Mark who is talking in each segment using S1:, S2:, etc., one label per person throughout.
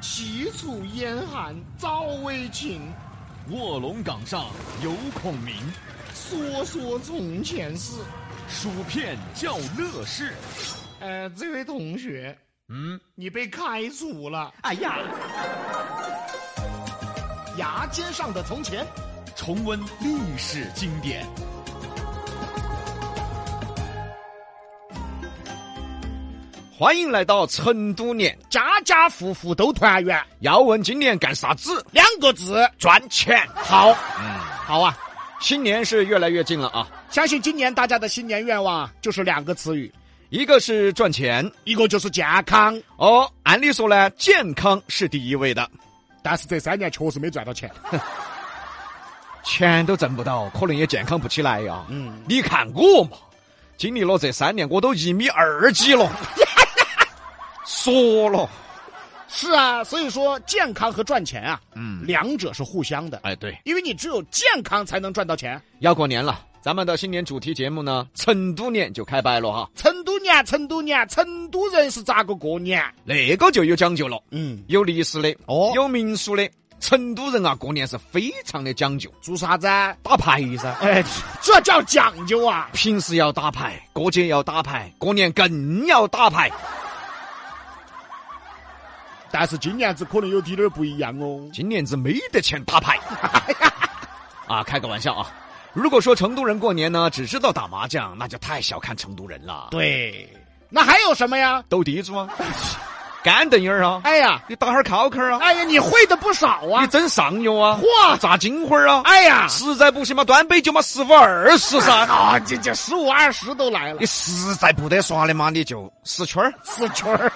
S1: 齐楚燕韩赵魏秦，
S2: 卧龙岗上有孔明，
S1: 说说从前事。
S2: 薯片叫乐事。
S1: 呃，这位同学，
S2: 嗯，
S1: 你被开除了。
S3: 哎呀，牙尖上的从前，
S2: 重温历史经典。
S4: 欢迎来到成都年，
S3: 家家户户都团圆，
S4: 要问今年干啥子？
S3: 两个字
S4: 赚钱。
S3: 好。好啊，
S4: 新年是越来越近了啊，
S3: 相信今年大家的新年愿望啊就是两个词语，
S4: 一个是赚钱
S3: 一个就是健康。
S4: 哦，按理说呢，健康是第一位的，
S3: 但是这三年确实没赚到钱。
S4: 钱都挣不到，可能也健康不起来呀、
S3: 嗯，
S4: 你看我嘛，经历了这三年，我都一米二几 了，说了，
S3: 是啊，所以说健康和赚钱啊，
S4: 嗯，
S3: 两者是互相的，
S4: 哎，对，
S3: 因为你只有健康才能赚到钱。
S4: 要过年了，咱们的新年主题节目呢，成都年就开摆了哈，
S3: 成都年，成都年，成都人是咋个过年？
S4: 那个就有讲究了。
S3: 嗯，
S4: 有历史的，
S3: 哦
S4: 有民俗的。成都人啊，过年是非常的讲究，
S3: 做啥子？啊？
S4: 打牌噻。
S3: 哎，这叫讲究啊！
S4: 平时要打牌，过节要打牌，过年更要打牌。
S3: 但是今年子可能有滴点儿不一样哦。
S4: 今年子没得钱打牌， 啊，开个玩笑啊。如果说成都人过年呢只知道打麻将，那就太小看成都人了。
S3: 对，那还有什么呀？
S4: 斗地主啊，干瞪眼儿啊，
S3: 哎呀，
S4: 你打哈儿烤烤啊，
S3: 哎呀，你会的不少
S4: 你
S3: 啊！
S4: 整上游啊，
S3: 嚯
S4: 炸金花儿啊，
S3: 哎呀，
S4: 实在不行嘛，端杯酒嘛，十五二十噻。
S3: 啊，这这十五二十都来了
S4: 你，实在不得耍的嘛，你就十圈儿
S3: 四圈儿。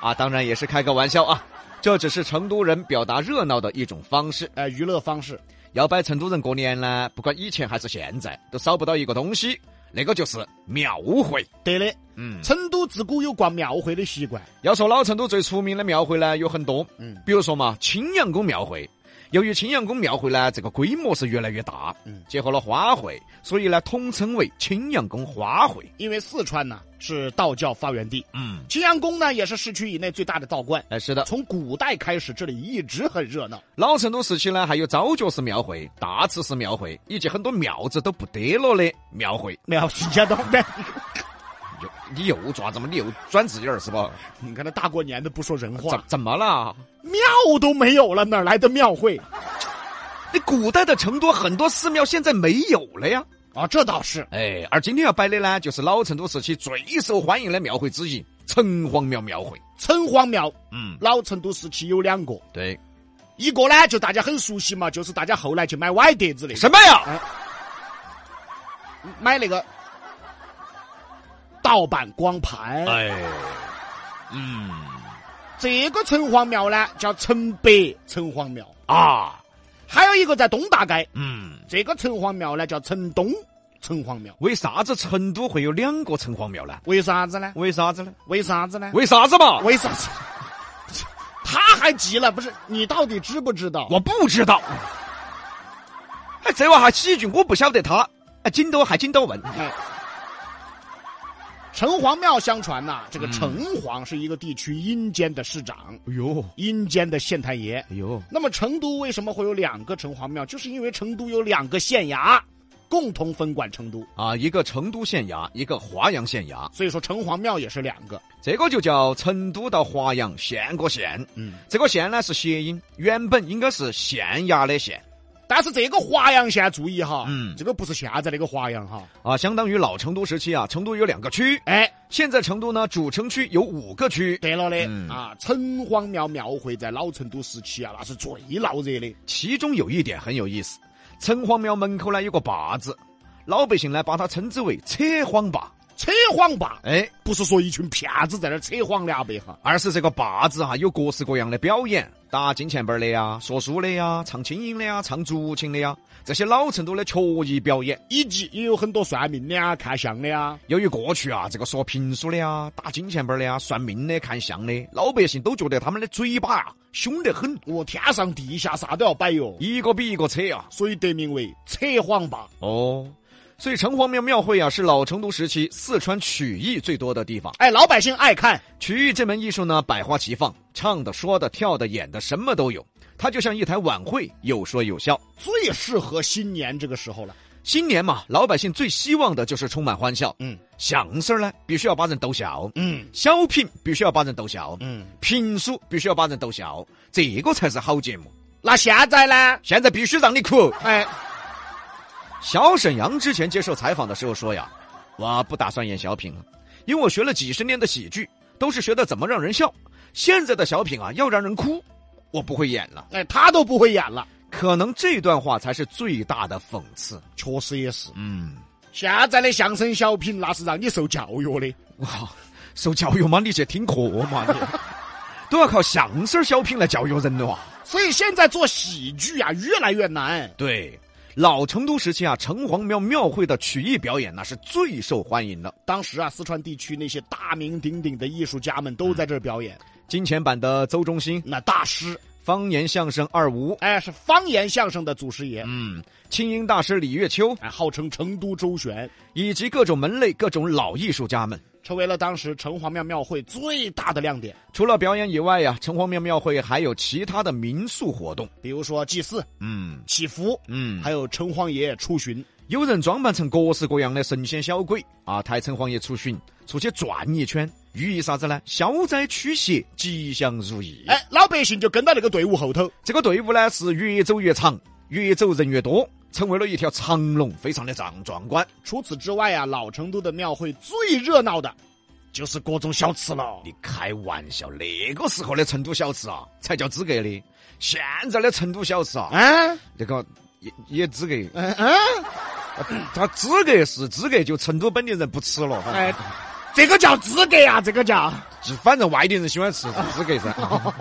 S4: 啊，当然也是开个玩笑啊。这只是成都人表达热闹的一种方式。
S3: 呃，娱乐方式，
S4: 要摆成都人过年呢，不管以前还是现在，都少不到一个东西，那个就是庙会。
S3: 对的。
S4: 嗯，
S3: 成都自古有逛庙会的习惯，
S4: 要说老成都最出名的庙会呢，有很多。
S3: 嗯
S4: 嗯，比如说嘛，青羊宫庙会。由于青羊宫庙会呢，这个规模是越来越大，
S3: 嗯
S4: 嗯，结合了花卉，所以呢，统称为青羊宫花卉。
S3: 因为四川呢是道教发源地，
S4: 嗯，
S3: 青羊宫呢也是市区以内最大的道观。
S4: 哎，是的，
S3: 从古代开始，这里一直很热闹。
S4: 老成都时期呢，还有昭觉寺庙会、大慈寺庙会，以及很多庙子都不得了的庙会。
S3: 庙时间都 没，
S4: 又你又爪子嘛？你又转自己儿是吧？
S3: 你看他大过年的不说人
S4: 怎
S3: 话，
S4: 怎么了？
S3: 庙都没有了，哪来的庙会
S4: 你古代的成都很多寺庙现在没有了呀。
S3: 啊？这倒是，
S4: 哎，而今天要摆的呢，就是老成都时期最受欢迎的庙会之一——城隍庙庙会。
S3: 城隍庙，
S4: 嗯，
S3: 老成都时期有两个，
S4: 对。
S3: 一个呢就大家很熟悉嘛，就是大家后来去买歪碟子那个，
S4: 什么呀？
S3: 买那个盗版光盘。
S4: 哎，嗯
S3: 这个城隍庙呢叫城北城隍庙，
S4: 啊，
S3: 还有一个在东大街，
S4: 嗯。
S3: 这个城隍庙呢叫城东城隍庙。
S4: 为啥子成都会有两个城隍庙呢？
S3: 为啥子呢？
S4: 为啥子呢？
S3: 为啥子呢？
S4: 为啥子嘛？
S3: 为啥子？他还急了，不是你到底知不知道？
S4: 我不知道。哎，这娃哈喜剧，我不晓得他。哎，紧都还紧都问。
S3: 哎，城隍庙相传呐、这个
S4: 嗯
S3: 城隍是一个地区阴间的市长，
S4: 哎呦，
S3: 阴间的县太爷。
S4: 哎呦，
S3: 那么成都为什么会有两个城隍庙？就是因为成都有两个县衙共同分管成都，
S4: 啊，一个成都县衙，一个华阳县衙，
S3: 所以说城隍庙也是两个。
S4: 这个就叫成都到华阳县个县。
S3: 嗯，
S4: 这个县呢是谐音，原本应该是县衙的县
S3: 但是这个华阳县注意哈，
S4: 嗯
S3: 这个不是现在那个华阳哈，
S4: 啊，相当于老成都时期啊，成都有两个区。
S3: 哎，
S4: 现在成都呢，主城区有五个区，
S3: 对了的、
S4: 嗯
S3: 啊，城隍庙庙会在老成都时期啊，那是最闹热的。
S4: 其中有一点很有意思，城隍庙门口呢有个坝子，老百姓呢把它称之为扯荒坝。
S3: 扯谎吧，
S4: 哎，
S3: 不是说一群骗子在那儿扯谎的啊，白哈。
S4: 而是这个坝子哈，有各式各样的表演，打金钱本儿的呀，说书的呀，唱清音的呀，唱竹琴的呀，这些老成都的曲艺表演。
S3: 以及也有很多算命的啊、看相的啊。
S4: 由于过去啊，这个说评书的呀，打金钱本儿的呀，算命的、看相的，老百姓都觉得他们的嘴巴啊凶得很，
S3: 我天上地下啥都要摆哟，
S4: 一个比一个扯啊。
S3: 所以得名为扯谎吧。
S4: 哦，所以城隍庙庙会啊，是老成都时期四川曲艺最多的地方。
S3: 哎，老百姓爱看，
S4: 曲艺这门艺术呢，百花齐放，唱的、说的、跳的、演的，什么都有。它就像一台晚会，有说有笑。
S3: 最适合新年这个时候了。
S4: 新年嘛，老百姓最希望的就是充满欢笑。
S3: 嗯
S4: 相声呢，必须要把人逗笑；
S3: 嗯
S4: 小品必须要把人逗笑；
S3: 嗯，
S4: 评书必须要把人逗笑，这个才是好节目。
S3: 那现在呢？
S4: 现在必须让你哭。
S3: 哎，
S4: 小沈阳之前接受采访的时候说呀：“我不打算演小品了，因为我学了几十年的喜剧，都是学的怎么让人笑。现在的小品啊，要让人哭，我不会演了。
S3: 哎，他都不会演了，”
S4: 可能这段话才是最大的讽刺。
S3: 确实也是。
S4: 嗯，
S3: 现在的相声小品那是让你受教育的，
S4: 哇，受教育嘛，你去听课嘛，你都要靠相声小品来教育人了啊。
S3: 所以现在做喜剧啊越来越难。
S4: 对，老成都时期啊，城隍庙庙会的曲艺表演那是最受欢迎的。
S3: 当时啊，四川地区那些大名鼎鼎的艺术家们都在这儿表演，
S4: 金钱版的邹中兴，
S3: 那大师，
S4: 方言相声二胡，
S3: 哎，是方言相声的祖师爷，
S4: 嗯，清音大师李月秋，
S3: 哎，号称成都周旋，
S4: 以及各种门类、各种老艺术家们。
S3: 成为了当时城隍庙庙会最大的亮点。
S4: 除了表演以外呀、城隍庙庙会还有其他的民俗活动。
S3: 比如说祭祀、
S4: 嗯
S3: 祈福，
S4: 嗯，
S3: 还有城隍爷出巡。
S4: 有人装扮成各式各样的神仙小鬼啊，抬城隍爷出巡，出去转一圈，寓意啥子呢？消灾驱邪，吉祥如意。
S3: 哎，老百姓就跟到那个队伍后头，
S4: 这个队伍呢是越走越长，越走人越多，成为了一条长龙，非常的壮壮观。
S3: 除此之外啊，老成都的庙会最热闹的，就是各种小吃了。
S4: 你开玩笑，那个时候的成都小吃啊，才叫资格的。现在的成都小吃啊，
S3: 啊，
S4: 那个也也资格，
S3: 嗯嗯，
S4: 它资格是资格，就成都本地人不吃了，反
S3: 哎，这个叫资格呀，这个叫
S4: 正反正外地人喜欢吃是资格噻。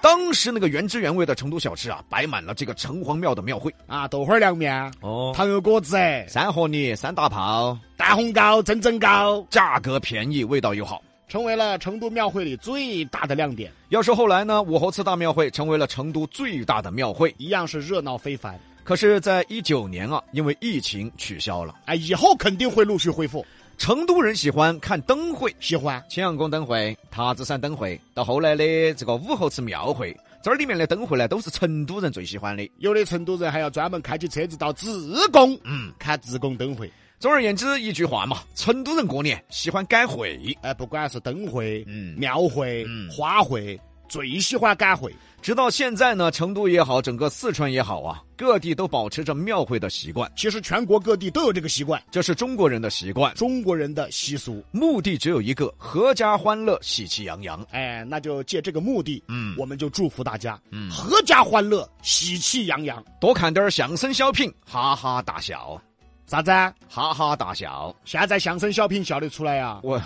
S4: 当时那个原汁原味的成都小吃啊，摆满了这个城隍庙的庙会。
S3: 啊，豆花凉面、
S4: 哦
S3: 糖油果子、
S4: 三合里三大炮，
S3: 蛋烘糕、蒸蒸糕，
S4: 价格便宜，味道又好。
S3: 成为了成都庙会里最大的亮点，
S4: 要说后来呢，武侯祠大庙会成为了成都最大的庙会。
S3: 一样是热闹非凡。
S4: 可是，在一九年啊，因为疫情取消了。
S3: 哎，以后肯定会陆续恢复，
S4: 成都人喜欢看灯会，
S3: 喜欢。
S4: 青羊宫灯会、塔子山灯会，到后来的这个武侯祠庙会，这儿里面的灯会呢，都是成都人最喜欢的。
S3: 有的成都人还要专门开起车子到自贡，
S4: 嗯，
S3: 看自贡灯会。
S4: 总而言之，一句话嘛，成都人过年喜欢赶会。
S3: 哎，不管是灯会、
S4: 嗯
S3: 庙会、
S4: 嗯
S3: 花会，最喜欢赶会。
S4: 直到现在呢，成都也好，整个四川也好啊，各地都保持着庙会的习惯，
S3: 其实全国各地都有这个习惯，
S4: 这是中国人的习惯，
S3: 中国人的习俗。
S4: 目的只有一个：阖家欢乐，喜气洋洋。
S3: 哎，那就借这个目的，
S4: 嗯
S3: 我们就祝福大家，
S4: 嗯
S3: 阖家欢乐，喜气洋洋。
S4: 多看点儿相声小品，哈哈大笑，
S3: 啥子啊？
S4: 哈哈大笑。
S3: 现在相声小品笑得出来呀、啊？
S4: 啊我，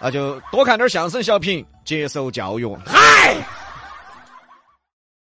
S4: 那就多看点儿相声小品，接受教育。
S3: 嗨，